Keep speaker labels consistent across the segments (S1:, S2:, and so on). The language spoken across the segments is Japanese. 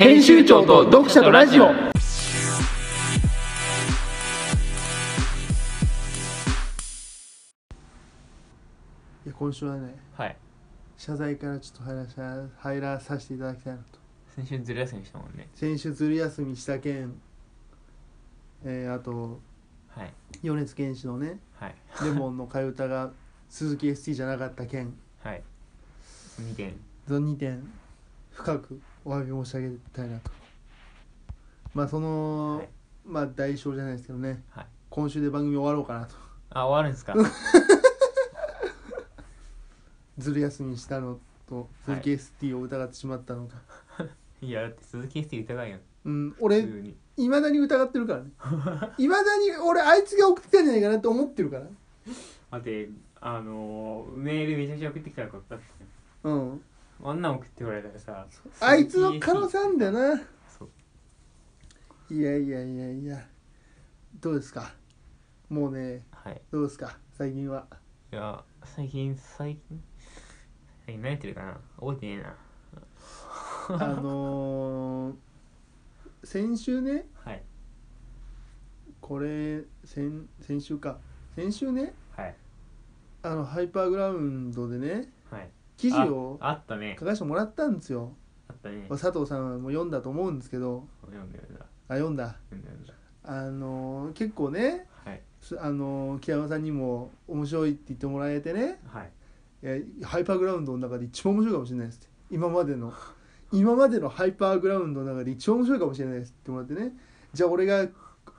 S1: 編集長と読者とラジオ
S2: いや今週はね
S3: はい
S2: 謝罪からちょっと入らしゃ入らさせていただきたいなと
S3: 先週ずる休みしたもんね
S2: 先週ずる休みした件えー、あと
S3: はい
S2: 米津玄師のね
S3: はい
S2: レモンの替え歌が鈴木 ST じゃなかった件
S3: はい2点
S2: その2点深くお詫び申し上げたいなとまあその、
S3: はい
S2: まあ代償じゃないですけどね、
S3: はい
S2: 今週で番組終わろうかなと
S3: あ終わるんですか
S2: ずる休みしたのと
S3: は
S2: 鈴
S3: い
S2: 木 ST を疑ってしまったのが、
S3: いやだって鈴木エステ疑いよ
S2: うん
S3: 普
S2: 俺
S3: 通に
S2: いまだに疑ってるからねいまだに俺あいつが送ってたんじゃないかなって思ってるから
S3: 待ってあのー、メールめちゃくちゃ送ってきたからだって
S2: うん
S3: あんなん送ってこられたらさ
S2: あいつの可能性あんだよな
S3: そう
S2: いやいやいやいやどうですかもうね
S3: はい
S2: どうですか最 近はい
S3: や最近最近最近何やってるかな覚えてねえな
S2: あのー、先週ね
S3: はい
S2: これ先先週か先週ね
S3: はい
S2: あのハイパーグラウンドでね
S3: はい
S2: 記事を
S3: ああったね
S2: 書かせてもらったんですよ
S3: あったね
S2: 佐藤さんはもう読んだと思うんですけど
S3: 読んだ読んだ
S2: あ読んだ
S3: 読んだ読んだ
S2: あのー結構ね
S3: はい
S2: すあのー木山さんにも面白いって言ってもらえてね
S3: はい
S2: えハイパーグラウンドの中で一番面白いかもしれないですって今までの今までのハイパーグラウンドの中で一番面白いかもしれないですって言ってもらってねじゃあ俺が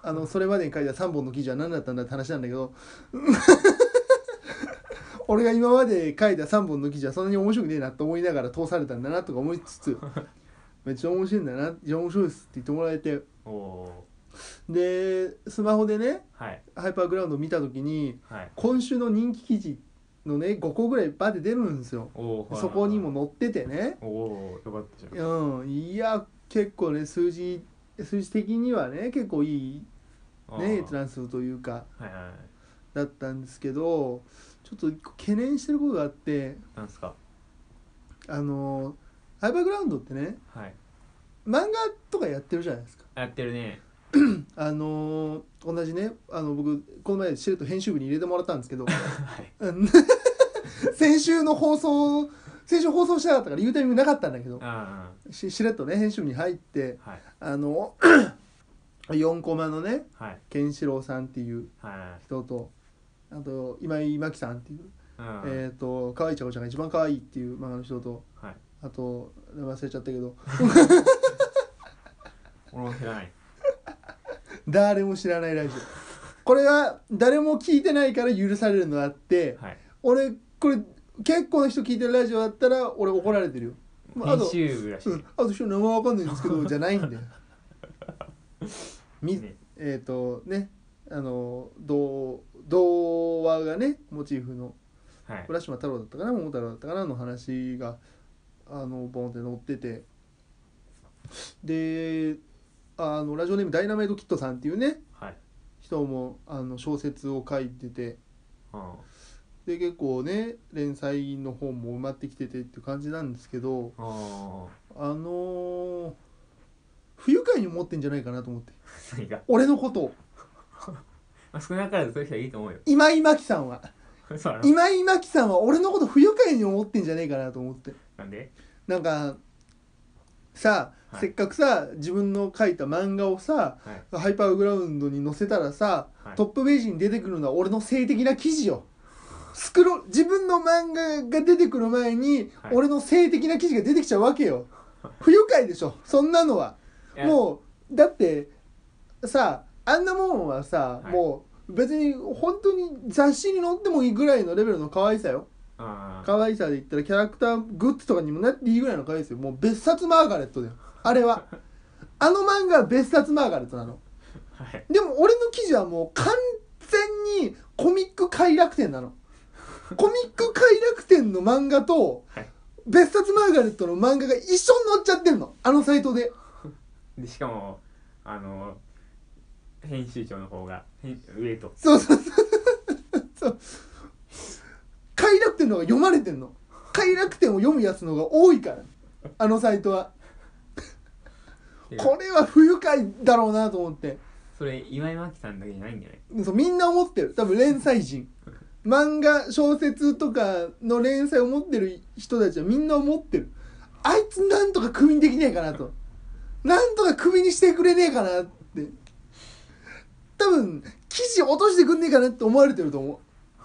S2: あのそれまでに書いた3本の記事は何だったんだって話なんだけど 俺が今まで書いた3本の記事はそんなに面白くねえなと思いながら通されたんだなとか思いつつめっちゃ面白いんだな一番面白いですって言ってもらえて
S3: おお
S2: でスマホでね
S3: ーはい
S2: ハイパーグラウンド見た時に
S3: はい
S2: 今週の人気記事のね5個ぐらいバーって出るんですよ
S3: おお
S2: そこにも載っててね
S3: おおーよかったじゃん
S2: うんいや結構ね数字数字的にはね結構いい
S3: あ
S2: ね
S3: ー
S2: 閲覧数というか
S3: はいはいはい
S2: だったんですけどちょっと一個懸念してることがあって
S3: なんすか
S2: あのハイパーグラウンドってね
S3: はい
S2: 漫画とかやってるじゃないですか
S3: やってるね
S2: あの同じねあの僕この前シルト編集部に入れてもらったんですけど
S3: はい
S2: うん 先週の放送先週放送してなかったから言うタイミングなかったんだけど
S3: あ
S2: ししれっとね編集部に入って
S3: あはい
S2: あの 4コマのね
S3: はい
S2: ケンシロウさんっていう
S3: は
S2: 人とあと今井真紀さんっていう、
S3: いうん
S2: えっ、と可愛いちゃこちゃんが一番可愛いっていう漫画の人と
S3: はい
S2: あと忘れちゃったけど
S3: 俺も知らない
S2: 誰も知らないラジオこれは誰も聞いてないから許されるのあって
S3: はい
S2: 俺これ結構な人聞いてるラジオだったら俺怒られてるよ、まあ、あと
S3: 編集部らしい
S2: うん、あと一緒に名前わかんないんですけ どじゃないんだよ。み
S3: ね
S2: えっ、とねあの童童話がねモチーフの
S3: はい
S2: 浦島太郎だったかな桃太郎だったかなの話があのボンって載っててであのラジオネームダイナマイトキッドさんっていうね
S3: はい
S2: 人もあの小説を書いてて
S3: うん
S2: で結構ね連載の方も埋まってきててっていう感じなんですけど。
S3: あ
S2: あのー不愉快に思ってんじゃないかなと思って
S3: ー何が
S2: 俺のことを
S3: まあ少なからずそういう人はいいと思うよ
S2: 今井真紀さんは
S3: そうなの
S2: 今井真紀さんは俺のこと不愉快に思ってんじゃないかなと思って
S3: なんで
S2: なんかさあ、
S3: はい
S2: せっかくさ自分の書いた漫画をさ
S3: はい
S2: ハイパーグラウンドに載せたらさ、
S3: はい
S2: トップページに出てくるのは俺の性的な記事よスクロ自分の漫画が出てくる前に、
S3: はい
S2: 俺の性的な記事が出てきちゃうわけよ不愉快でしょそんなのは。もうだってさあんなもんはさ、
S3: はい
S2: もう別に本当に雑誌に載ってもいいぐらいのレベルの可愛さよ
S3: うあー
S2: 可愛さで言ったらキャラクターグッズとかにもなっていいぐらいの可愛いですよもう別冊マーガレットだよあ れはあの漫画は別冊マーガレットなの
S3: はい
S2: でも俺の記事はもう完全にコミック快楽天なのコミック快楽天の漫画と
S3: はい
S2: 別冊マーガレットの漫画が一緒に載っちゃってるのあのサイトで
S3: でしかもあの編集長の方がへん上と
S2: そうそうそうそう。快楽天の方が読まれてんの。快楽天を読むやつの方が多いから。あのサイトは。
S3: てか
S2: これは不愉快だろうなと思って
S3: それ岩井真紀さんだけじゃないんじゃない
S2: そうみんな思ってる多分連載人漫画小説とかの連載を持ってる人たちはみんな思ってるあいつなんとかクビにできねえかなとなんとかクビにしてくれねえかなって多分記事落としてくんねえかなって思われてると思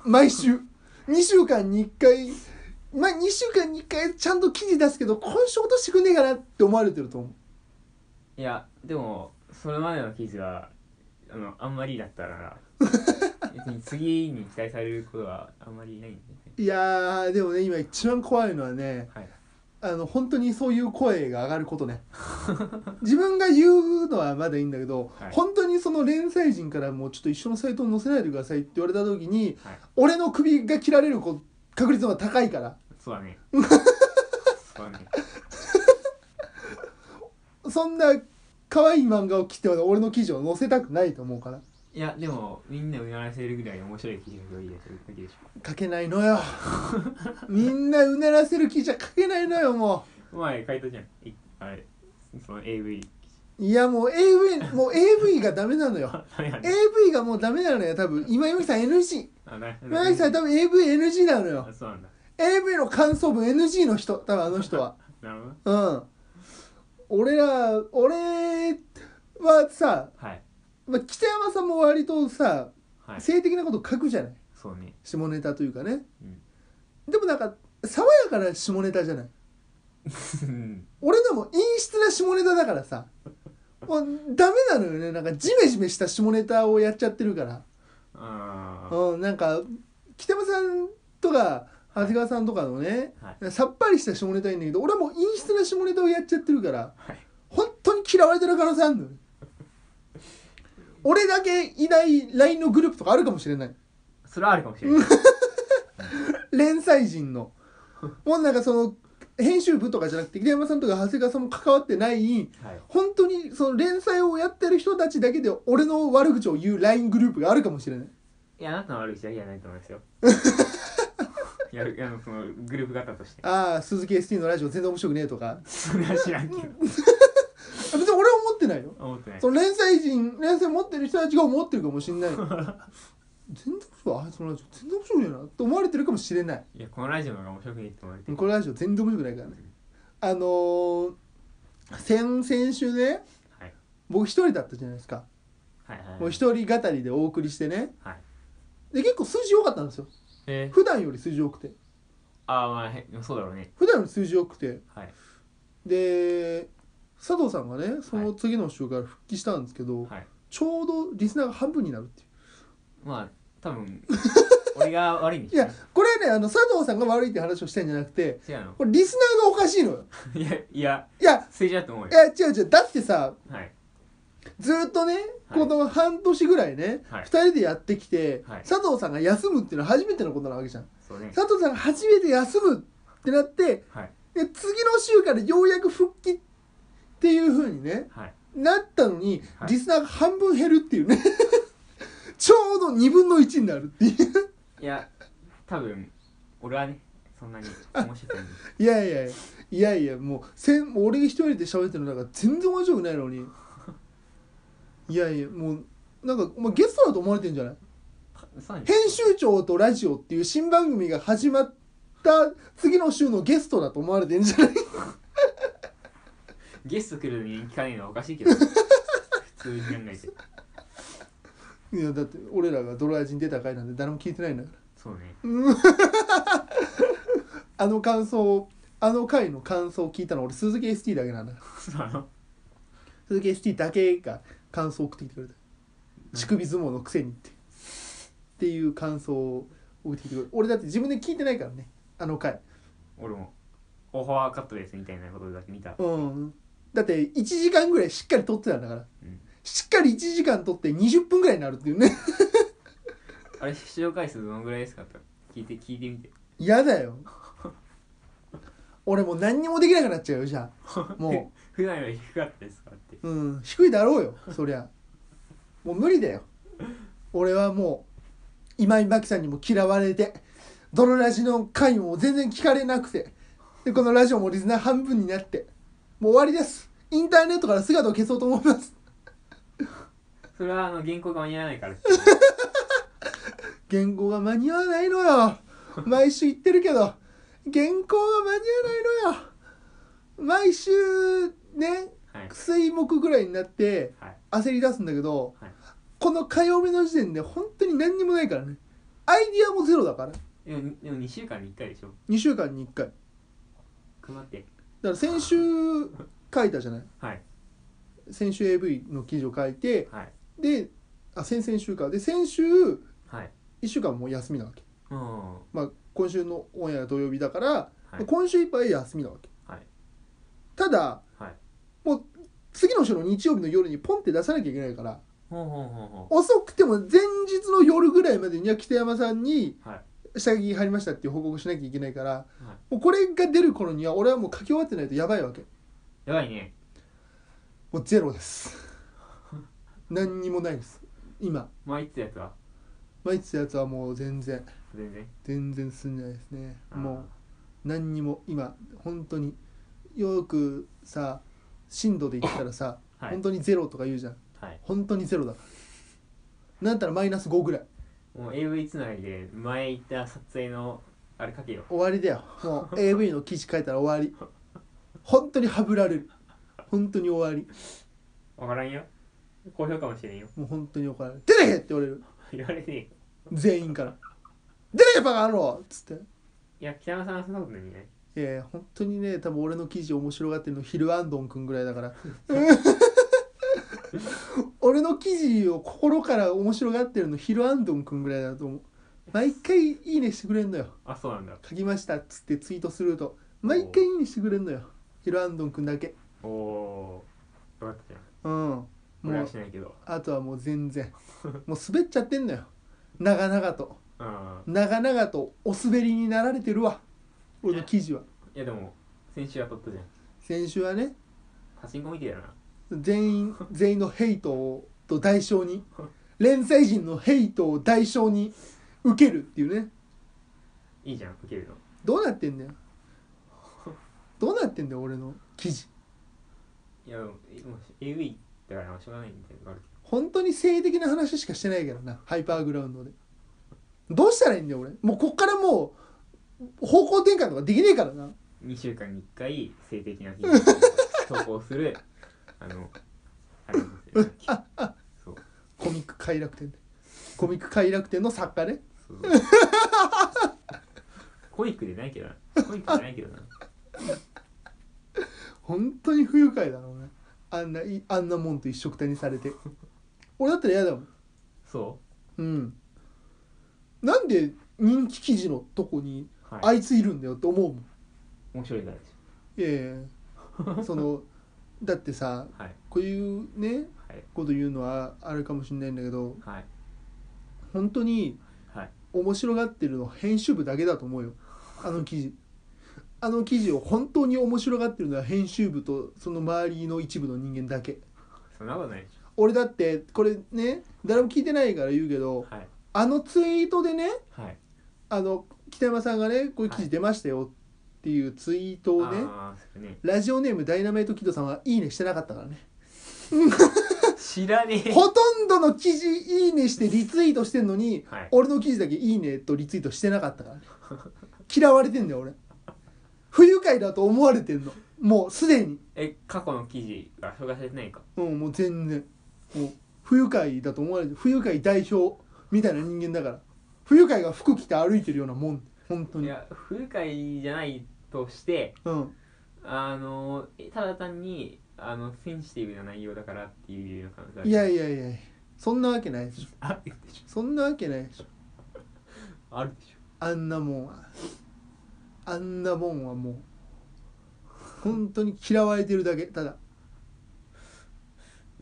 S2: う毎週2週間に1回まあ2週間に1回ちゃんと記事出すけど今週落としてくんねえかなって思われてると思う
S3: いやでもそれまでの記事はあのあんまりだったから別に次に期待されることはあんまりないんで、
S2: いやーでもね今一番怖いのはね
S3: はい、
S2: あの本当にそういう声が上がるこ とね自分が言うのはまだいいんだけど、
S3: はい
S2: 本当にその連載人からもうちょっと一緒のサイトに載せないでくださいって言われた時に、
S3: はい
S2: 俺の首が切られるこ確率の方が高いから
S3: そうだねそうだね
S2: そんな可愛い漫画を切ってまで俺の記事を載せたくないと思うから
S3: いやでもみんなをうならせるぐらい面白い記事がいいですよだけでし
S2: 書けな いのよみんなうならせる記事は書けないのよも
S3: ょ前書いたじゃんいあれその AV 記
S2: ういやもう AV もう AV がダメなのよ
S3: 事ダメなんだ
S2: AV がもうダメなのよ多分今由美さん NG
S3: あな
S2: 今由美さん多分 AVNG なのよ
S3: あそうなんだ
S2: AV の感想文 NG の人多分あの人は
S3: なるほど
S2: うん俺ら俺はさ、
S3: はい
S2: まあ、北山さんも割とさ、
S3: はい
S2: 性的なこと書くじゃない
S3: そうね
S2: 下ネタというかね、
S3: うん
S2: でもなんか爽やかな下ネタじゃない
S3: うん
S2: 俺のも陰湿な下ネタだからさもうダメなのよねなんかジメジメした下ネタをやっちゃってるから
S3: あー
S2: うんなんか北山さんとか長谷川さんとかのね、
S3: はい
S2: さっぱりした下ネタいいんだけど俺はもう陰湿な下ネタをやっちゃってるから
S3: はい
S2: 本当に嫌われてる可能性あるのよ俺だけいない LINE のグループとかあるかもしれない
S3: それはあるかもしれない
S2: 連載人のもうなんかその編集部とかじゃなくて北山さんとか長谷川さんも関わってない
S3: はい
S2: 本当にその連載をやってる人たちだけで俺の悪口を言う LINE グループがあるかもしれない
S3: いやあなたの悪い口だけじゃないと思い ますよやるあのそのグループ型として
S2: ああ鈴木 ST のラジオ全然面白くねえとか
S3: それは知らんけど
S2: 別に俺は思ってないよ
S3: 思ってない
S2: その連載人連載持ってる人たちが思ってるかもし れない全然面白いあいつのラジオ全然面白いなって思われてるかもしれない
S3: いやこのラジオの方が面白くないって思われてる
S2: このラジオ全然面白くないからねあのー、先先週ね
S3: はい
S2: 僕一人だったじゃないですか
S3: はいはい
S2: もう一人語りでお送りしてね
S3: はい
S2: で結構数字良かったんですよ
S3: えー
S2: 普段より数字多くて
S3: ああまあへそうだろうね
S2: 普段より数字多くて
S3: はい
S2: で佐藤さんがねその次の週から復帰したんですけど、
S3: はい
S2: ちょうどリスナーが半分になるっていう
S3: まあ多 分俺が悪いんで
S2: い
S3: しょ
S2: やこれねあの佐藤さんが悪いって話をしたんじゃなくて
S3: 違うの
S2: これリスナーがおかしいのよ
S3: いやいや
S2: いや
S3: 数字だと思うよ
S2: いや違う違うだってさ
S3: はい
S2: ずーっとねこの半年ぐらいね、
S3: はい
S2: 2人でやってきて、
S3: はい
S2: 佐藤さんが休むっていうのは初めてのことなわけじゃん
S3: そうね
S2: 佐藤さんが初めて休むってなって
S3: はい
S2: で次の週からようやく復帰っていう風にね
S3: はい
S2: なったのに、
S3: はい
S2: リスナーが半分減るっていうね ちょうど2分の1になるっていう
S3: いや多分俺はねそんなに面白くないんで
S2: いやいやいやいやいやもうせんもう俺が一人で喋ってるのなんか全然面白くないのにいやいやもうなんか、まあ、ゲストだと思われてんじゃない
S3: そうなんです
S2: 編集長とラジオっていう新番組が始まった次の週のゲストだと思われてんじゃない
S3: ゲスト来るのに聞かないのはおかしいけ ど普通に考えて
S2: いやだって俺らがドロラジに出た回なんて誰も聞いてないんだか
S3: そうね
S2: らあの感想をあの回の感想を聞いたの俺鈴木 ST だけなんだから
S3: そう あの
S2: 鈴木 ST だけが感想を送ってきてくれた乳首相撲のくせにってっていう感想を送ってきてくれた俺だって自分で聞いてないからねあの回
S3: 俺もオファーカットですみたいなことだけ見た
S2: うんだって1時間ぐらいしっかり撮ってたんだから、
S3: うん
S2: しっかり1時間撮って20分ぐらいになるっていうね
S3: あれ視聴回数どのぐらいですかと聞いて聞いてみて
S2: 嫌だよ俺もう何にもできなくなっちゃうよじゃあも
S3: 普段より低かったですかって
S2: う、うん、低いだろうよそりゃもう無理だよ俺はもう今井真紀さんにも嫌われてどのラジの回も全然聞かれなくてでこのラジオもリスナー半分になってもう終わりですインターネットから姿を消そうと思います
S3: それはあの原稿が間に合わないからって
S2: 原稿が間に合わないのよ毎週言ってるけど原稿が間に合わないのよ毎週ね
S3: はい
S2: 水木ぐらいになって
S3: はい
S2: 焦り出すんだけど、
S3: はい
S2: この火曜日の時点で本当に何にもないからねアイディアもゼロだから
S3: でもでも2週間に1回でしょ
S2: 2週間に1回だ
S3: 配って
S2: から先週書いたじゃない
S3: はい
S2: 先週 AV の記事を書いて
S3: はい
S2: であ先々週かで先週
S3: はい
S2: 1週間もう休みなわけ
S3: うん
S2: まあ今週のオンエア土曜日だから、
S3: はい
S2: 今週いっぱい休みなわけ
S3: はい
S2: ただ
S3: はい
S2: 次の週の日曜日の夜にポンって出さなきゃいけないから
S3: ほうほうほうほ
S2: 遅くても前日の夜ぐらいまでには北山さんに
S3: うはい
S2: 下着入りましたっていう報告しなきゃいけないから、
S3: は
S2: もうこれが出る頃には俺はもう書き終わってないとやばいわけ
S3: やばいね
S2: もうゼロです 何にもないです今
S3: 前言ってたやつは
S2: 毎日やつはもう全然
S3: 全然
S2: 全然進んでないですね
S3: あー
S2: もう何にも今本当によくさ震度で言ったらさ、
S3: はい
S2: 本当にゼロとか言うじゃん
S3: はい
S2: 本当にゼロだからなんやったらマイナス5ぐらい
S3: もう AV つながりで前行った撮影のあれかけよ
S2: 終わりだよもう AV の記事書いたら終わり本当にハブられる本当に終わり
S3: わからんよ好評かもしれんよ
S2: もう本当に怒られる「出てけ!」って言われる
S3: 言われてねえよ
S2: 全員から「出てけバカ野郎!」っつって
S3: いや北山さんはそんなことないね
S2: いやいや本当にね多分俺の記事面白がってるのヒルアンドン君ぐらいだから 俺の記事を心から面白がってるのヒルアンドン君ぐらいだと思う毎回「いいね」してくれんのよ
S3: あそうなんだ
S2: 書きましたっつってツイートすると毎回「いいね」してくれんのよヒルアンドン君だけ
S3: おおーよかったじゃん
S2: うんも
S3: 俺は
S2: う
S3: しないけど
S2: あとはもう全然もう滑っちゃってんのよ長々と
S3: うん
S2: 長々とお滑りになられてるわ俺の記事はい
S3: やでも先週は撮ったじゃん
S2: 先週はね
S3: パチンコ見てたよな
S2: 全員全員のヘイトをと代償に連載人のヘイトを代償に受けるっていうね
S3: いいじゃん受けるの
S2: どうなってんだよどうなってんだよ俺の記事
S3: いやでもえもう AV だからまあしょうがないみたいなのがあるけ
S2: 本当に性的な話しかしてないけどなハイパーグラウンドでどうしたらいいんだよ俺もうこっからもう方向転換とかできねえからな
S3: ど2週間に1回性的な日に投稿す るあのあれなん ですよねそう
S2: コミック快楽天でコミック快楽天の作家ね
S3: そうコミックでないけどなコミックじゃないけどな
S2: 本当に不愉快だろうねあんないあんなもんと一緒くたにされて俺だったら嫌だもん
S3: そ
S2: うんなんで人気記事のとこに
S3: うは
S2: あ
S3: い
S2: いついるんだよって思うもん、
S3: 面白いからでし
S2: いやいやいやそのだってさ
S3: ょはい
S2: こういうね
S3: はい
S2: こと言うのはあるかもしれないんだけど
S3: はい
S2: 本当に
S3: はい
S2: 面白がってるの編集部だけだと思うよあの記事あの記事を本当に面白がってるのは編集部とその周りの一部の人間だけ
S3: そんなことないでし
S2: 俺だってこれね誰も聞いてないから言うけど
S3: ょはい
S2: あのツイートでね
S3: はい
S2: あの北山さんがねこういう記事出ましたよっていうツイートをね、
S3: ああそれね
S2: ラジオネームダイナマイトキッドさんはいいねしてなかったからね
S3: 知らねえ
S2: ほとんどの記事いいねしてリツイートしてんのに、
S3: はい
S2: 俺の記事だけいいねとリツイートしてなかったからね嫌われてんだよ俺不愉快だと思われてんのもうすでに
S3: え過去の記事が紹介されてないか
S2: うんもう全然もう不愉快だと思われて不愉快代表みたいな人間だから不愉快が服着て歩いてるようなもん本当
S3: い
S2: に
S3: や不愉快じゃないとして
S2: うん
S3: あのただ単にあのセンシティブな内容だからっていうような感じ
S2: いやい
S3: や
S2: やいやいやそんなわけないでしょ
S3: あるでし
S2: そんなわけないでしょ
S3: ょあるでし
S2: あんなもんはあんなもんはもう本当に嫌われてるだけただ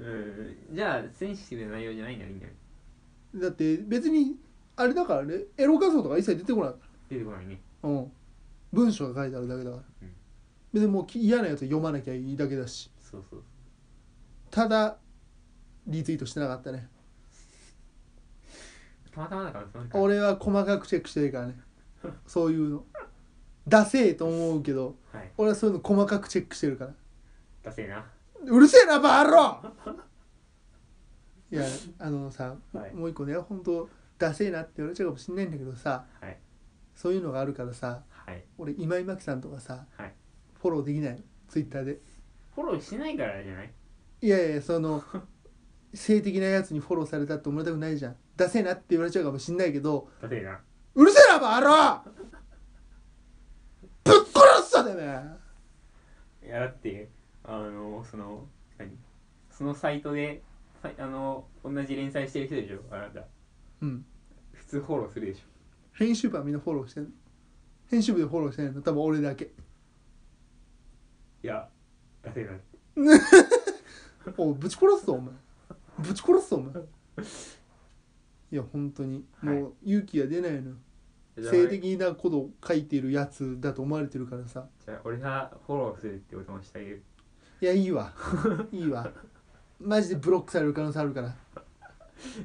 S3: ょうんじゃあセンシティブな内容じゃないんだみんな
S2: だって別にあれだからねエロ画像とか一切出てこない
S3: 出てこないね
S2: うん文章が書いてあるだけだから、
S3: うん
S2: 別にもうき嫌なやつ読まなきゃいいだけだし
S3: そうそう
S2: ただリツイートしてなかったね
S3: たまたまだからその時
S2: 俺は細かくチェックしてるからねそういうのダセえと思うけど
S3: はい
S2: 俺はそういうの細かくチェックしてるから
S3: ダセえな
S2: うるせえなバーローいやあのさ、
S3: はい
S2: もう一個ね本当ダセえなって言われちゃうかもしんないんだけどさ
S3: はい
S2: そういうのがあるからさ
S3: はい
S2: 俺今井真紀さんとかさ
S3: はい
S2: フォローできないのツイッターで
S3: フォローしてないからじゃない
S2: いやいやそ の性的なやつにフォローされたって思いたくないじゃんダセえなって言われちゃうかもしんないけど
S3: 例えば
S2: うるせえなバーローぶっ殺すぞてめえ
S3: いやだってあのその何そのサイトでさあの同じ連載してる人でしょあなた
S2: うん
S3: 普通フォローするでしょ
S2: 編集部はみんなフォローしてんの編集部でフォローしてないの多分俺だけ
S3: いや例えば
S2: おうぶち殺すぞお前ぶち殺すぞお前いや本当にもう勇気が出ないのよ、性的なことを書いてるやつだと思われてるからさ
S3: じゃあ俺がフォローするってこともしてあげる
S2: いやいいわいいわマジでブロックされる可能性あるから
S3: い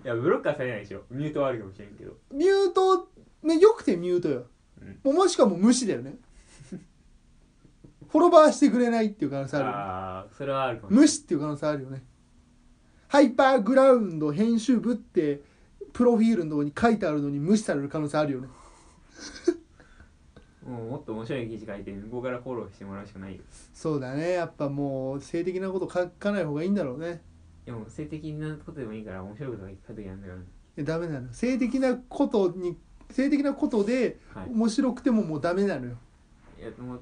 S3: やブロックはされないでしょミュートはあるかもしれんけど
S2: ミュートねよくてミュート
S3: う
S2: よ、
S3: ん
S2: もうもしかもう無視だよねフォロバーしてくれないっていう可能性あるよね
S3: ああーそれはあるかも
S2: 無視っていう可能性あるよねハイパーグラウンド編集部ってプロフィールのとこに書いてあるのに無視される可能性あるよね
S3: もうもっと面白い記事書いて向こうからフォローしてもらうしかないよ
S2: そうだねやっぱもう性的なこと書かない方がいいんだろうね
S3: でも性的なことでもいいから面白いことがいっぱいでやんだから
S2: いやダメなの性的なことに性的なことで
S3: はい
S2: 面白くてももうダメなのよ
S3: いやもう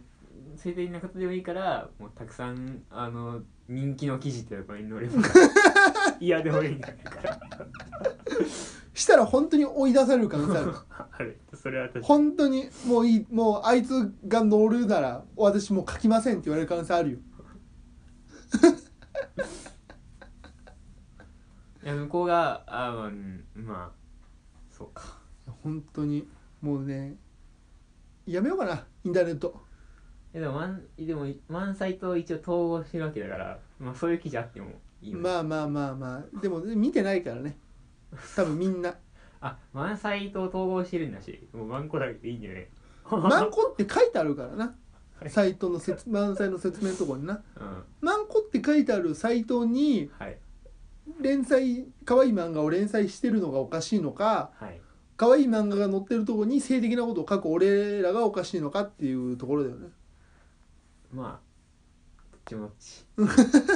S3: 性的なことでもいいからもうたくさんあの人気の記事ってとこに載れば いやでもいいんだから
S2: したら本当に追い出される可能性ある
S3: あれそれは確かに
S2: 本当にもういいもうあいつが乗るなら私もう書きませんって言われる可能性あるよ
S3: いや向こうがあーうんまあそうか
S2: 本当にもうねやめようかなインターネット
S3: いやでも満でも満載と一応統合してるわけだから、まあ、そういう記事あってもいいよね
S2: まあまあまあまあでもね見てないからね多分みん な
S3: あ満載と統合してるんだしもうワンコだけでいいんじゃない
S2: マンコって書いてあるからな
S3: はい
S2: サイトの説満載の説明のとこにな
S3: うん
S2: マンコって書いてあるサイトに
S3: はい
S2: 連載可愛い漫画を連載してるのがおかしいのか
S3: はい
S2: 可愛い漫画が載ってるとこに性的なことを書く俺らがおかしいのかっていうところだよね
S3: まあどっちもどっち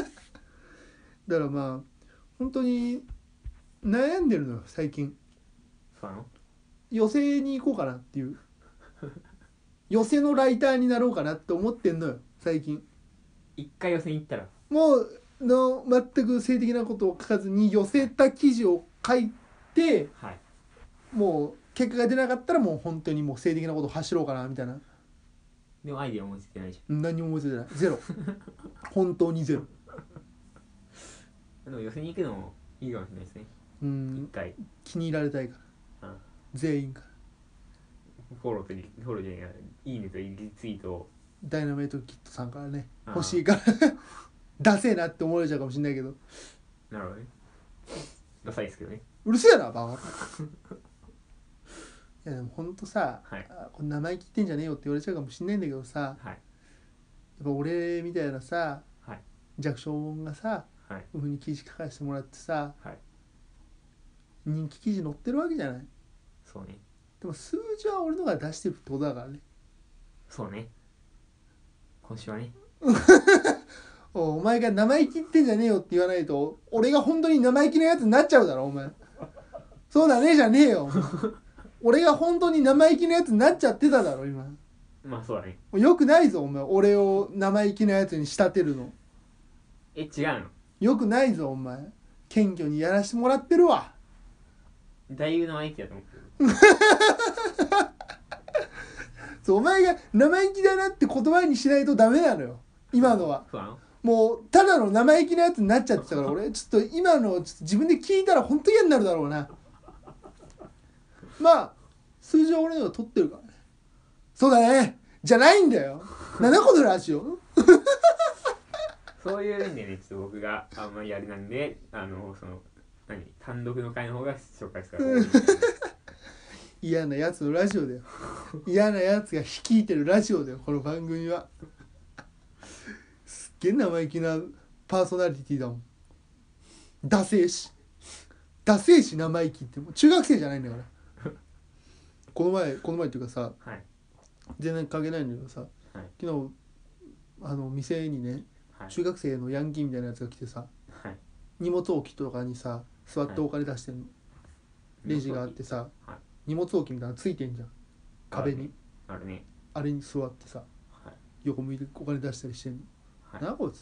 S2: だからまあ本当に悩んでるのよ最近
S3: そうなの
S2: 寄席に行こうかなっ ていう寄席のライターになろうかなって思ってんのよ最近
S3: 一回予選行ったら
S2: もうの全く性的なことを書かずに寄せた記事を書いて
S3: はい
S2: もう結果が出なかったらもう本当にもう性的なことを走ろうかなみたいな
S3: でもアイディア思いついてないじ
S2: 何にも思いついてない ゼロ本当にゼロ
S3: ゃんでも寄せに行くのもいいかもしれないですね
S2: う
S3: 一
S2: ん
S3: 回
S2: 気に入られたいから
S3: うん
S2: 全員から
S3: フォローとリフォローじゃないいいねとリツイートを
S2: ダイナメイトキットさんからね
S3: あー
S2: 欲しいから ダセえなって思われちゃうかもしれないけど
S3: なるほどねダサいですけどね
S2: うるせえなバ カいやでもほんとさ、
S3: はい
S2: あこれ名前切ってんじゃねえよって言われちゃうかもしんないんだけどさやっ
S3: はい
S2: ぱ俺みたいなさ、
S3: はい
S2: 弱小者がさ
S3: はい
S2: こういうふうに記事書かせてもらってさ、
S3: はい
S2: 人気記事載ってるわけじゃない
S3: そうね
S2: でも数字は俺のが出してるってことだからね
S3: そうね今週はね
S2: おお前が生意気言ってんじゃねえよって言わないと俺が本当に生意気なやつになっちゃうだろお前そうだねえじゃねえよお前俺が本当に生意気なやつになっちゃってただろ今
S3: まあそうだね
S2: もうよくないぞお前俺を生意気なやつに仕立てるの
S3: え違うの
S2: よくないぞお前謙虚にやらしてもらってるわ
S3: だいぶのアイディアだと思うけど
S2: そうお前が生意気だなって言葉にしないとダメなのよ今のは
S3: そうなの
S2: もうただの生意気なやつになっちゃってたから俺ちょっと今のちょっと自分で聞いたら本当嫌になるだろうなまあ数字は俺の方が取ってるからねそうだねじゃないんだよ7個のラジオ
S3: そういう面でねちょっと僕があんまりあれなんであのその何単独の回の方が紹介するから多いみたいな
S2: 嫌なやつのラジオだよ 嫌なやつが率いてるラジオだよこの番組はすっげえ生意気なパーソナリティだもんダセえしダセえし生意気ってもう中学生じゃないんだからこの前この前っていうかさ
S3: はい
S2: 全然関係ないんだけどさ、
S3: はい
S2: 昨日あの店にね
S3: はい
S2: 中学生のヤンキーみたいなやつが来てさ
S3: はい
S2: 荷物置きとかにさ座ってお金出してんの、レジがあってさ、
S3: はい
S2: 荷物置きみたいなのついてんじゃん壁に、
S3: あるね
S2: あれに座ってさ
S3: はい
S2: 横向いてお金出したりしてんの、
S3: はい
S2: なあこいつ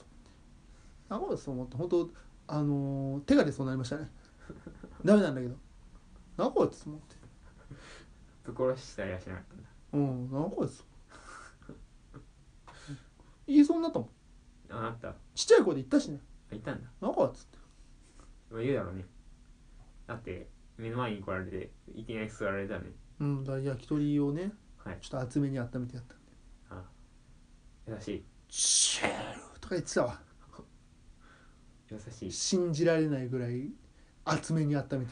S2: なあこいつと思って本当あのー手が出そうになりました ねダメなんだけどなあこいつと思って
S3: ぶっ殺したりはしなかったんだ
S2: うんなあこいつ言いそうになったもん
S3: ああったあ
S2: ちっちゃい声で言ったしね
S3: いたんだ
S2: なあこいつって
S3: まあ言うだろうねだって目の前に来られていきなり座られたらね
S2: うんだから焼き鳥をね
S3: はい
S2: ちょっと厚めに温めてやった
S3: あ優しい
S2: シェールとか言ってたわ
S3: 優しい
S2: 信じられないぐらい厚めに温めて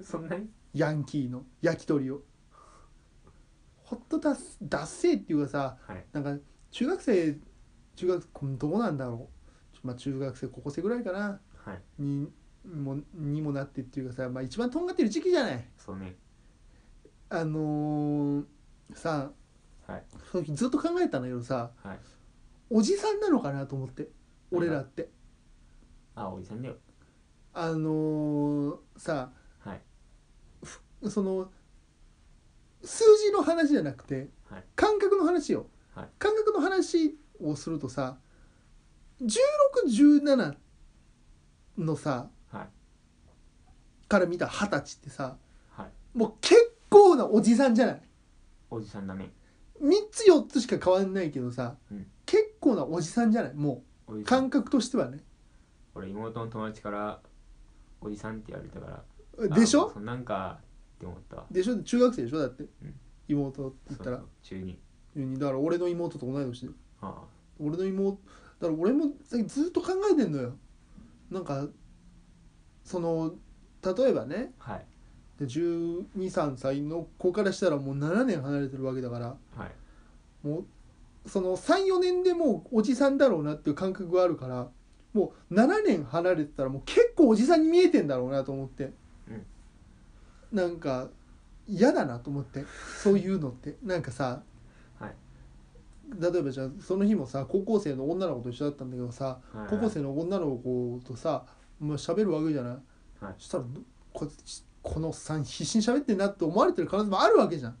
S2: た
S3: そんなに
S2: ヤンキーの焼き鳥をほっとだすだっせーっていうかさ
S3: はい
S2: なんか中学生中学こどうなんだろうちょまあ中学生高校生ぐらいかな
S3: はい
S2: にもにもなってっていうかさ、まあ、一番とんがってる時期じゃない
S3: そうね
S2: あのーさ
S3: はい
S2: その時ずっと考えたんだけどさ
S3: はい
S2: おじさんなのかなと思って俺らって
S3: あおじさんだよ
S2: あのーさ
S3: はい
S2: その数字の話じゃなくて、
S3: はい
S2: 感覚の話よ、
S3: はい
S2: 感覚の話をするとさ1617のさ
S3: はい
S2: から見た二十歳ってさ
S3: はい
S2: もう結構なおじさんじゃない
S3: おじさんだね
S2: 3つ4つしか変わんないけどさ、
S3: うん
S2: 結構なおじさんじゃないも
S3: お
S2: う
S3: じさん
S2: 感覚としてはね
S3: 俺妹の友達からおじさんって言われたから
S2: でし
S3: あ
S2: ょ
S3: そうなんかって思ったわ
S2: でしょ中学生でしょだって、
S3: ん
S2: 妹って言ったら
S3: そう中に
S2: だから俺の妹と同い年で
S3: あ
S2: 俺の妹だから俺も最近ずっと考えてんのよなんかその例えばね
S3: あはい
S2: で1 2 3歳の子からしたらもう7年離れてるわけだから
S3: はい
S2: もうその34年でもうおじさんだろうなっていう感覚があるからもう7年離れてたらもう結構おじさんに見えてんだろうなと思って、
S3: うん
S2: なんか嫌だなと思ってそういうのってなんかさ
S3: はい
S2: 例えばじゃあその日もさ高校生の女の子と一緒だったんだけどさ
S3: はい
S2: 高校生の女の子とさまあ喋るわけじゃない、
S3: はい
S2: そしたらこいつこのおっさん必死に喋ってんなって思われてる可能性もあるわけじゃん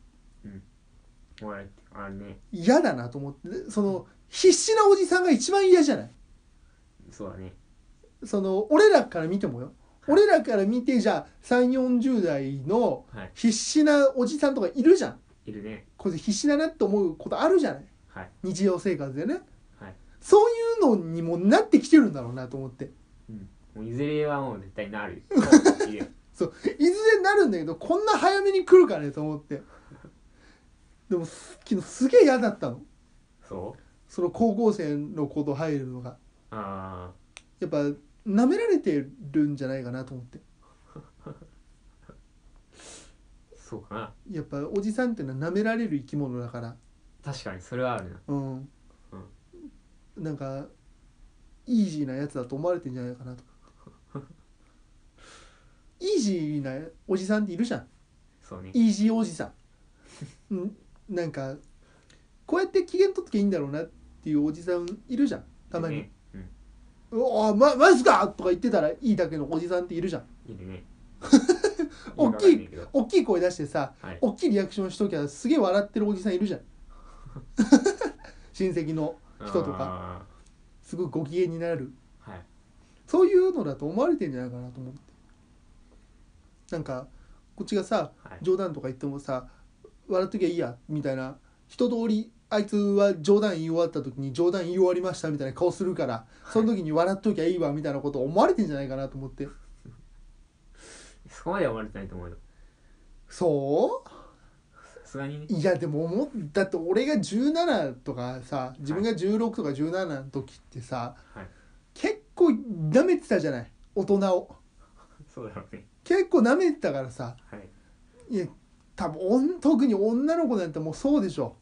S3: 思われてあれね
S2: 嫌だなと思ってでその必死なおじさんが一番嫌じゃない
S3: そうだね
S2: その俺らから見てもよ、
S3: はい
S2: 俺らから見てじゃあ3 4 0代の
S3: はい
S2: 必死なおじさんとかいるじゃん
S3: いるね
S2: これ必死だなって思うことあるじゃない
S3: はい
S2: 日常生活でね、
S3: はい
S2: そういうのにもなってきてるんだろうなと思って
S3: もういずれはもう絶対なるそういるよ
S2: いずれなるんだけどこんな早めに来るかねと思ってでも昨日すげえ嫌だったの
S3: そう
S2: その高校生の子と入るのが
S3: あ
S2: やっぱ舐められてるんじゃないかなと思って
S3: あそうかな
S2: やっぱおじさんってのは舐められる生き物だから
S3: 確かにそれはあるな
S2: うん、なんかイージーなやつだと思われてんじゃないかなとイージーなおじさんっているじゃん
S3: そうね
S2: イージーおじさん うんなんかこうやって機嫌取っときゃいいんだろうなっていうおじさんいるじゃんたま
S3: い
S2: に
S3: るねうん
S2: 「うおーまマジか!」とか言ってたらいいだけのおじさんっているじゃん
S3: いるね
S2: 大きい
S3: 今わかんなけど
S2: 大きい声出してさ
S3: はい
S2: 大きいリアクションしときゃすげえ笑ってるおじさんいるじゃん 親戚の人とか
S3: か
S2: すごいご機嫌になる
S3: はい
S2: そういうのだと思われてんじゃないかなと思ってなんかこっちがさ
S3: はい
S2: 冗談とか言ってもさ笑っときゃいいやみたいな一通りあいつは冗談言い終わった時に冗談言い終わりましたみたいな顔するからその時に笑っときゃいいわみたいなこと思われてんじゃないかなと思って
S3: そこまでは思われてないと思うよ
S2: そ
S3: さすがにね
S2: ういやでも思っだって俺が17とかさ自分が16とか17の時ってさ
S3: はい
S2: 結構舐めてたじゃない大人を
S3: そうだろうね
S2: 結構舐めてたからさ
S3: はい
S2: いや多分おん特に女の子なんてもうそうでしょ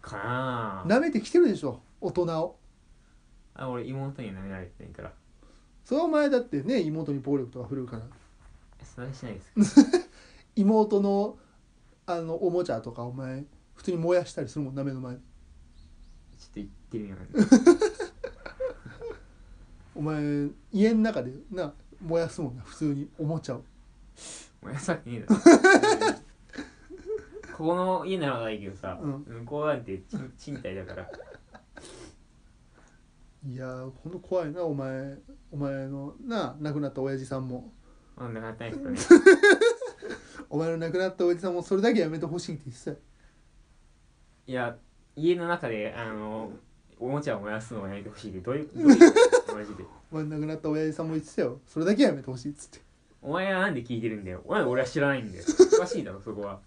S3: かなあ
S2: 舐めてきてるでしょ大人を
S3: あ俺妹には舐められてないから
S2: それはお前だってね妹に暴力とか振るうから
S3: それはしないですけど
S2: 妹のあのおもちゃとかお前普通に燃やしたりするもんな目の前で
S3: ちょっと言ってみよう
S2: お前家の中でな燃やすもんな普通におもちゃを
S3: 燃やさねえだ ろここの家ならないけどさ、
S2: うん
S3: 向こうなんてちん賃貸だから
S2: いやーほんと怖いなお前お前のな亡くなった親父さんも
S3: あんなかったんですかね
S2: お前の亡くなった親父さんもそれだけやめてほしいって言ってたよ
S3: いや家の中であのおもちゃを燃やすのをやめてほしいってどういうどういうこ とマジで
S2: お前の亡くなった親父さんも言ってたよそれだけやめてほしいっつって
S3: お前はなんで聞いてるんだよお前俺は知らないんだよおかしいだろそこは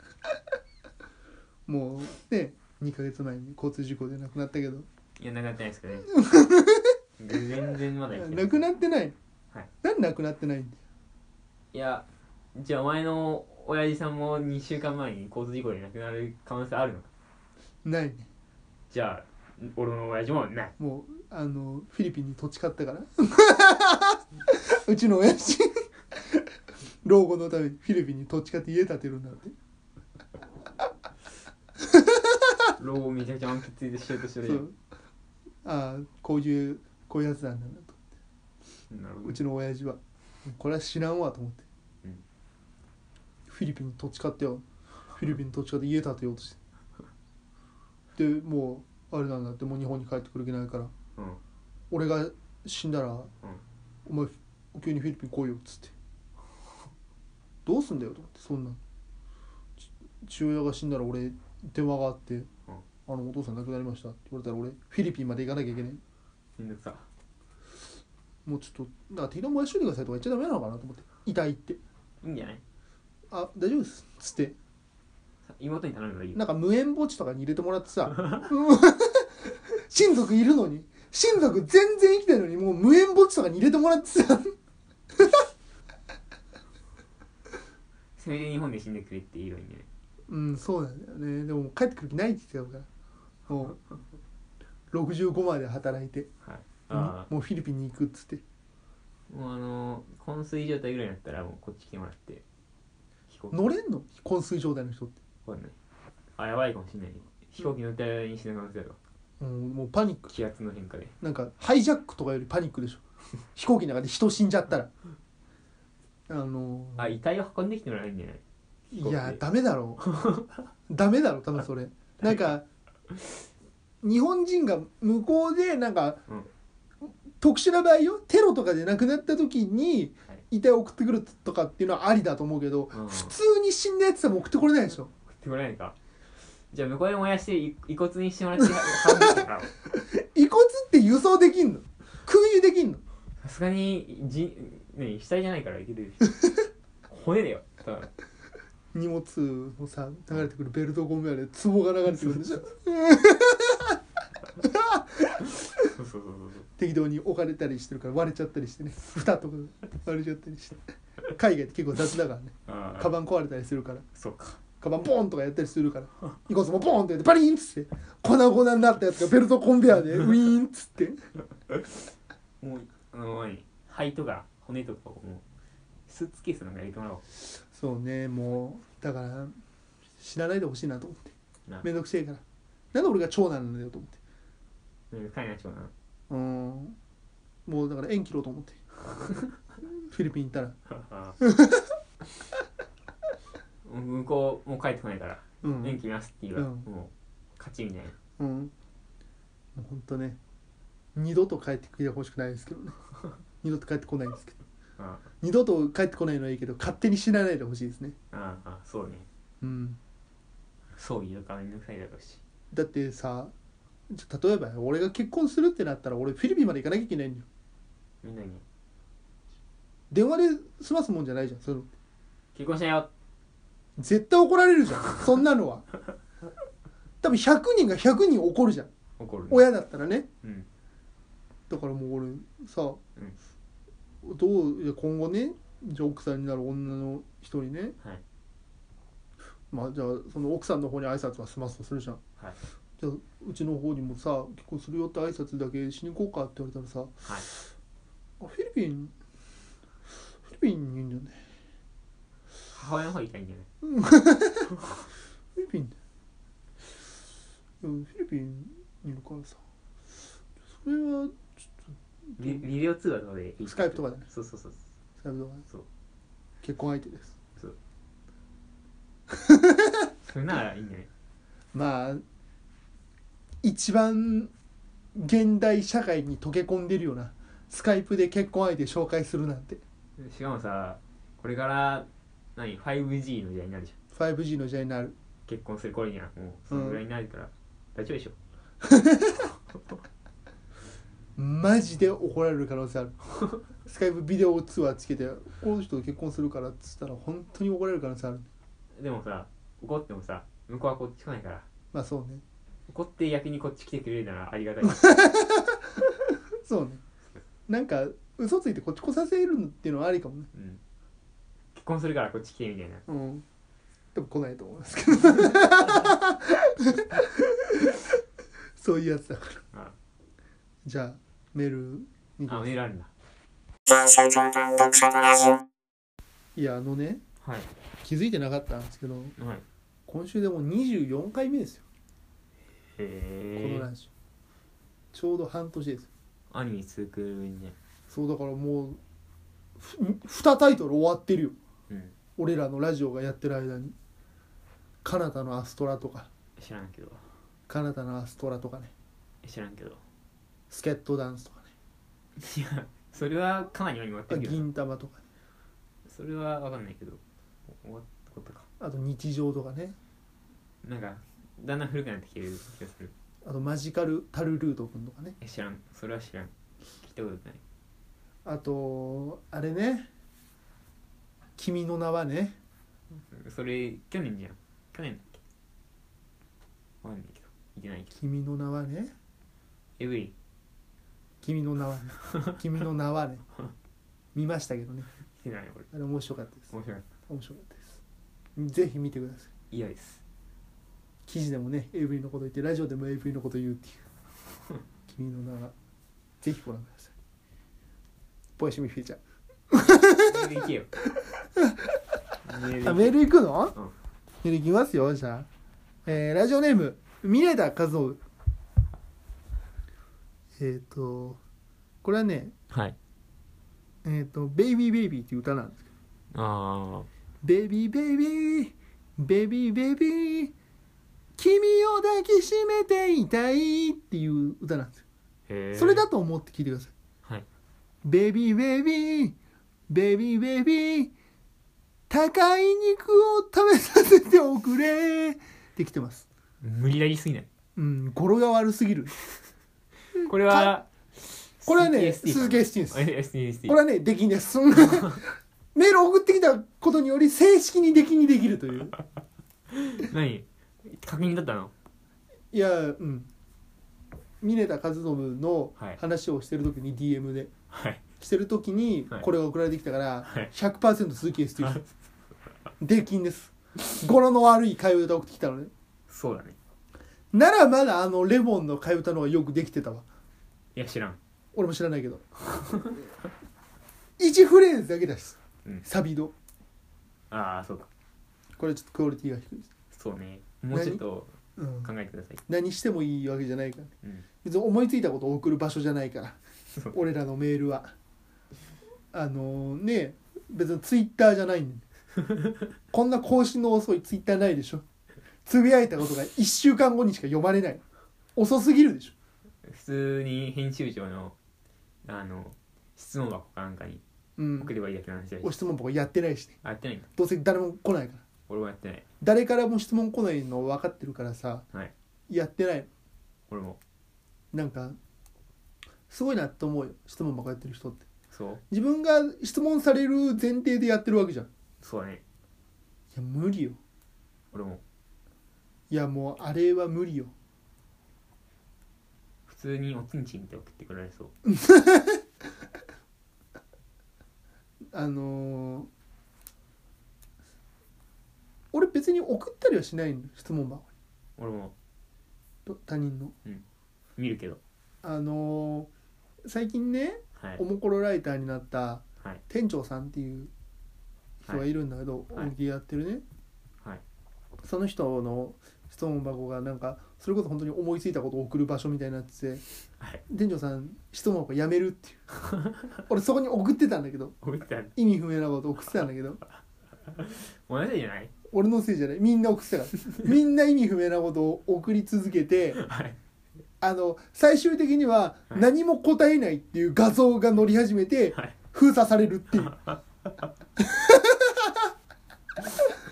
S2: もうね2ヶ月前に交通事故で亡くなったけど
S3: いやなくなってないですかね全然まだ生きて
S2: 亡く
S3: い
S2: なってない、
S3: はい
S2: なんで亡くなってないんだよ
S3: いやじゃあお前の親父さんも2週間前に交通事故で亡くなる可能性あるのか
S2: ないね
S3: じゃあ俺の親父もない
S2: もうあのフィリピンに土地 買ったからうちの親父老後のためにフィリピンに土地買って家建てるんだって
S3: 老後めちゃくちゃ満喫でしようとしてる
S2: そ
S3: よ
S2: うああこういうこういうやつなんだなと
S3: なるほど
S2: うちの親父はこれは知らんわと思って、
S3: うん
S2: フィリピンに土地買ってよフィリピンに土地買って家建てようとしてでもうあれなんだってもう日本に帰ってくる気ないから
S3: うん
S2: 俺が死んだら、お前急にフィリピン来いよっつってどうすんだよと思ってそんなんち父親が死んだら俺電話があって、あのお父さん亡くなりましたって言われたら俺フィリピンまで行かなきゃいけない
S3: めんどくさ
S2: もうちょっとだから適当に燃やしといてくださいとか言っちゃダメなのかなと思って痛いって
S3: いいんじゃない
S2: あ大丈夫ですっつって
S3: 妹に頼めばいいよ
S2: なんか無縁墓地とかに入れてもらっ てさうん親族いるのに親族全然生きてるのにもう無縁墓地とかに入れてもらってさ
S3: せめて日本で死んでくれって言えばいいんじゃない
S2: うんそうなんだよねでも帰ってくる気ないって言ってたからもう65まで働いて
S3: はいあ
S2: もうフィリピンに行くっつって
S3: あもうあの昏睡状態ぐらいになったらもうこっち来てもらって飛行機
S2: 乗れんの昏睡状態の人って、
S3: わかんないあやばいかもしれない飛行機乗った間に死ぬ可能性あるわ
S2: うん、もうパニック
S3: 気圧の変化で
S2: なんかハイジャックとかよりパニックでしょ 飛行機の中で人死んじゃったらあの
S3: あ遺体を運んできてもらえるんじゃない飛行
S2: い
S3: 機
S2: やダメだろう ダメだろ多分それなんか日本人が向こうでなんか、
S3: うん
S2: 特殊な場合よテロとかで亡くなった時に
S3: は
S2: 遺体を送ってくるとかっていうのはありだと思うけど、
S3: うん
S2: 普通に死んだやつはもう送ってこれないでしょ
S3: 送ってもらえないかじゃあ向こうで燃やしてい遺骨にしてもらって運んできてもらおう
S2: 遺骨って輸送できんの空輸できんの
S3: さすがにじね死体じゃないからいける 骨だよただ
S2: 荷物もさ流れてくるベルトコンベヤーで壺が流れてくるん でし
S3: そ
S2: ょ
S3: うそうそうそうそう
S2: 適当に置かれたりしてるから割れちゃったりしてね蓋とか割れちゃったりして海外って結構雑だからね
S3: あ
S2: カバン壊れたりするから
S3: そうか
S2: カバンボーンとかやったりするから遺骨もボーンってやってパリーンっつって粉々になったやつがベルトコンベヤー でウィーンっつって
S3: もうあの何肺とか骨とかをもうスーツケースなんか入れてもらおう
S2: そうねもうだから知らないでほしいなと思って
S3: な
S2: めんどくせえからなんで俺が長男なんだよと思って
S3: うんかいな長男
S2: うーんもうだから縁切ろうと 思ってフィリピン行ったら
S3: ああ向こうもう帰ってこないから
S2: う
S3: 「元
S2: ん
S3: 気ます」って言えば、
S2: うん
S3: もう勝ちみたいな
S2: うんもうほんとね二度と帰ってきてほしくないですけ どね二度と帰ってこないんですけど
S3: あ
S2: 二度と帰ってこないのはいいけど勝手に死なないでほしいですね
S3: あああああそうね
S2: うん
S3: 葬儀とかめんどくさいだろうし
S2: だってさじゃ例えばよ俺が結婚するってなったら俺フィリピンまで行かなきゃいけないんだよ
S3: みんなに
S2: 電話で済ますもんじゃないじゃんその
S3: 「結婚したよ
S2: 絶対怒られるじゃんそんなのは多分100人が100人怒るじゃん」
S3: 怒るね
S2: 親だったらね
S3: うん
S2: だからもう俺さ、どういや今後ねじゃあ奥さんになる女の人にね
S3: はい
S2: まあじゃあその奥さんの方に挨拶は済ますとするじゃん、
S3: はい
S2: じたうちの方にもさ結婚するよって挨拶だけしに行こうかって言われたらさ、
S3: はい
S2: あフィリピンフィリピンにいるんだよね
S3: 母親の方行ったらいいんじゃない
S2: フィリピンでうんフィリピンにいるからさそれはちょっ
S3: ビビデオ通話とかでいい
S2: スカイプとかでね
S3: そうそうそう
S2: と調べとかね
S3: そう
S2: 結婚相手です
S3: それならいいんじゃない
S2: まあ一番現代社会に溶け込んでるよなスカイプで結婚相手紹介するなんて
S3: しかもさこれから何 5G の時代になるじゃん
S2: 5G の時代になる
S3: 結婚する頃にはもうそのぐらいになるから、大丈夫でしょ
S2: マジで怒られる可能性あるスカイプビデオ通話つけてこの人と結婚するからっつったら本当に怒られる可能性ある
S3: でもさ怒ってもさ向こうはこっち来ないから
S2: まあそうね
S3: 怒って逆にこっち来てくれるならありがたい
S2: そうねなんか嘘ついてこっち来させるのっていうのはありかもね
S3: うん結婚するからこっち来てみたいな
S2: うんでも来ないと思いますけど そういうやつだから
S3: あ
S2: じゃあメールに
S3: あメールあるんだ
S2: いやあのね
S3: はい
S2: 気づいてなかったんですけど
S3: はい
S2: 今週でもう24回目ですよ
S3: へ
S2: こ
S3: え
S2: のラジオちょうど半年ですよ
S3: アニメ続くんじ
S2: そうだからもうふ2タイトル終わってるよ
S3: ゃんうん
S2: 俺らのラジオがやってる間に「彼方のアストラ」とか
S3: 知らんけど
S2: 「彼方のアストラ」とかね
S3: 知らんけど
S2: 「スケットダンス」とかね
S3: いやそれはかなり前に終わっ
S2: 「
S3: て
S2: あ
S3: るけど
S2: 銀魂」とか、ね、
S3: それは分かんないけど終わったことか
S2: あと「日常」とかね
S3: なんかだんだん古くなってきてる気がする
S2: あと「マジカル・タルルート君」とかね
S3: え知らんそれは知らん聞いたことない
S2: あとあれね「君の名はね
S3: うんそれ去年じゃん去年だっけわかんないけど見てないけど
S2: 君の名はね
S3: エブリン
S2: 君の名はね君の名はね見ましたけどね
S3: 見てないこれ
S2: あれ面白かったです
S3: 面白い
S2: 面白かったですぜひ見てください
S3: 嫌です
S2: 記事でもね AV のこと言ってラジオでも AV のこと言うっていう君の名はぜひご覧くださいボイシミフィーチャ
S3: メール行けよメール
S2: ーあ
S3: 行
S2: メ
S3: け
S2: ール行くの、
S3: うん
S2: メール行きますよじゃあ、えーラジオネーム峰田和夫えっ、とこれはね
S3: はい
S2: えっ、と「ベイビーベイビー」っていう歌なんですけど
S3: あ
S2: 「ベイビーベイビーベイビーベイビー君を抱きしめていたい」っていう歌なんですよ
S3: あへえ
S2: それだと思って聞いてください
S3: はい
S2: ベビーベビー、ベビーベビー、高い肉を食べさせておくれ。できてます。
S3: 無理やりすぎない
S2: うん、語呂が悪すぎる。
S3: これは
S2: これはね、
S3: 鈴
S2: 鈴
S3: 木
S2: 木
S3: ST
S2: エスティンです。
S3: あ ST
S2: これはね、できんです。 メールを送ってきたことにより正式にできにできるという。
S3: 何確認だったの
S2: いや、うん。峰田和信の話をしてるときに DM で、
S3: はい
S2: してるときに
S3: はい
S2: これが送られてきたから
S3: はい
S2: 100%鈴木エスティンです。できんです。語呂の悪い替え歌送ってきたのね。
S3: そうだね
S2: ならまだあのレモンの替え歌の方がよくできてたわ
S3: いや知らん
S2: 俺も知らない けど1フレーズだけだし、
S3: うん
S2: サビド
S3: ああそうか
S2: これちょっとクオリティが低いです、
S3: そうねもうちょっと
S2: うん
S3: 考えてください
S2: 何してもいいわけじゃないから
S3: うん
S2: 別に思いついたことを送る場所じゃないから
S3: そう
S2: 俺らのメールはあのーね別にツイッターじゃないん でこんな更新の遅いツイッターないでしょつぶやいたことが1週間後にしか読まれない遅すぎるでしょ
S3: 普通に編集長のあの質問箱かなんかに
S2: うん
S3: 送ればいいだけの話だし、
S2: お質問僕やってないしね
S3: あやってないんだ
S2: どうせ誰も来ないから
S3: 俺もやってない
S2: 誰からも質問来ないの分かってるからさ
S3: はい
S2: やってない
S3: 俺も
S2: なんかすごいなと思うよ質問ばっかやってる人って
S3: そう
S2: 自分が質問される前提でやってるわけじゃんい
S3: そうだね
S2: や無理よ
S3: 俺も
S2: いやもうあれは無理よ
S3: 普通におちんちんって送ってくれそう
S2: あのー俺別に送ったりはしないの質問箱
S3: 俺も
S2: と他人の
S3: 見るけど
S2: あのー最近ね
S3: はい
S2: おもころライターになった
S3: はい
S2: 店長さんっていう人がいるんだけど、
S3: はい
S2: 大喜利やってるね、
S3: はい
S2: その人の質問箱がなんかそれこそ本当に思いついたことを送る場所みたいになってて、
S3: はい
S2: 店長さん質問箱やめるっていう 俺そこに送ってたんだけど
S3: おいったら
S2: 意味不明なこと送ってたんだけど
S3: 同じじゃない
S2: 俺のせいじゃないみんな送ってたからみんな意味不明なことを送り続けて
S3: はい
S2: あの最終的には
S3: はい
S2: 何も答えないっていう画像が載り始めて
S3: はい
S2: 封鎖されるっていうっ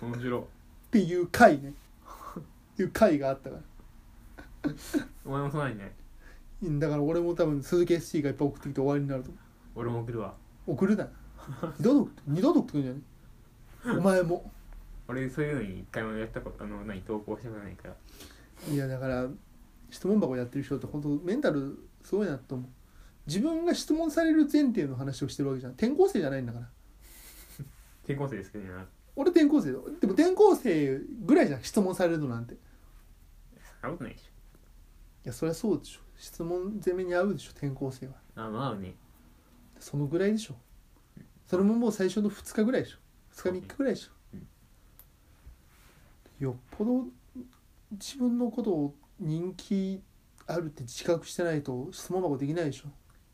S3: 面白い
S2: ていう回ねっていう回があったから
S3: お前もそうなんじゃない
S2: うんだから俺も多分鈴木 SC がいっぱい送ってきて終わりになると思
S3: 俺も送るわ
S2: う送るな二度と二度と送ってくんじゃないお前も
S3: 俺そういうのに一回もやったことあの何投稿したことないから
S2: いやだから質問箱やってる人って本当メンタルすごいなと思う自分が質問される前提の話をしてるわけじゃん転校生じゃないんだから
S3: 転校生ですけどな
S2: 俺転校生だよでも転校生ぐらいじゃん質問されるのなんてい
S3: そんなことないでし
S2: やそりゃそうでしょ質問攻めに合うでしょ転校生は
S3: ょあまあね
S2: そのぐらいでしょそれももう最初の2日ぐらいでしょ2日3日ぐらいでし
S3: う
S2: ょよっぽど自分のことを人気あるって自覚してないと質問箱できないでしょ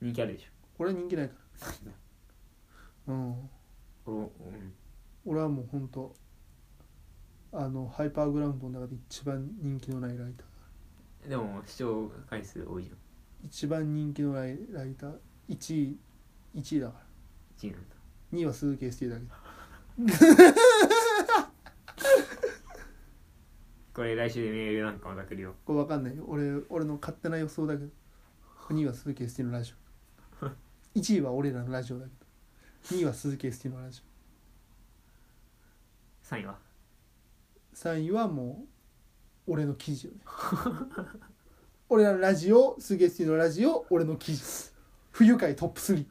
S3: 人気あるでしょ
S2: 俺は人気ないからうん
S3: 俺もうん
S2: 俺はもうほんとあのハイパーグラウンドの中で一番人気のないライター
S3: でも視聴回数多いじゃん
S2: 一番人気のライライター1位1位だから
S3: 1位なんだ
S2: 2位は鈴木 ST だけど
S3: これ来週でメールなんかまた来るよ
S2: これわかんないよ俺俺の勝手な予想だけど2位は鈴木 ST のラジオ1位は俺らのラジオだけど2位は鈴木 ST のラジ
S3: 3位は
S2: オ3位はもう俺の記事よね俺らのラジオ鈴木 ST のラジオ俺の記事不愉快トップ3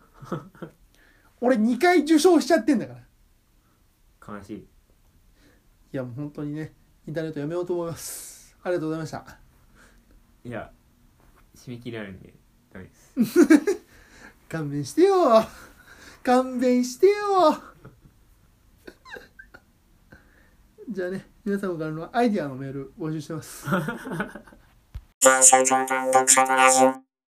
S2: 俺2回受賞しちゃってんだからい
S3: 悲しい
S2: やもう本当にねインターネットやめようと思いますありがとうございました
S3: いや締め切りあるんでダメです
S2: 勘弁してよ勘弁してよじゃあね皆様からのアイディアのメール募集してます
S4: 全集中版読者のラジオ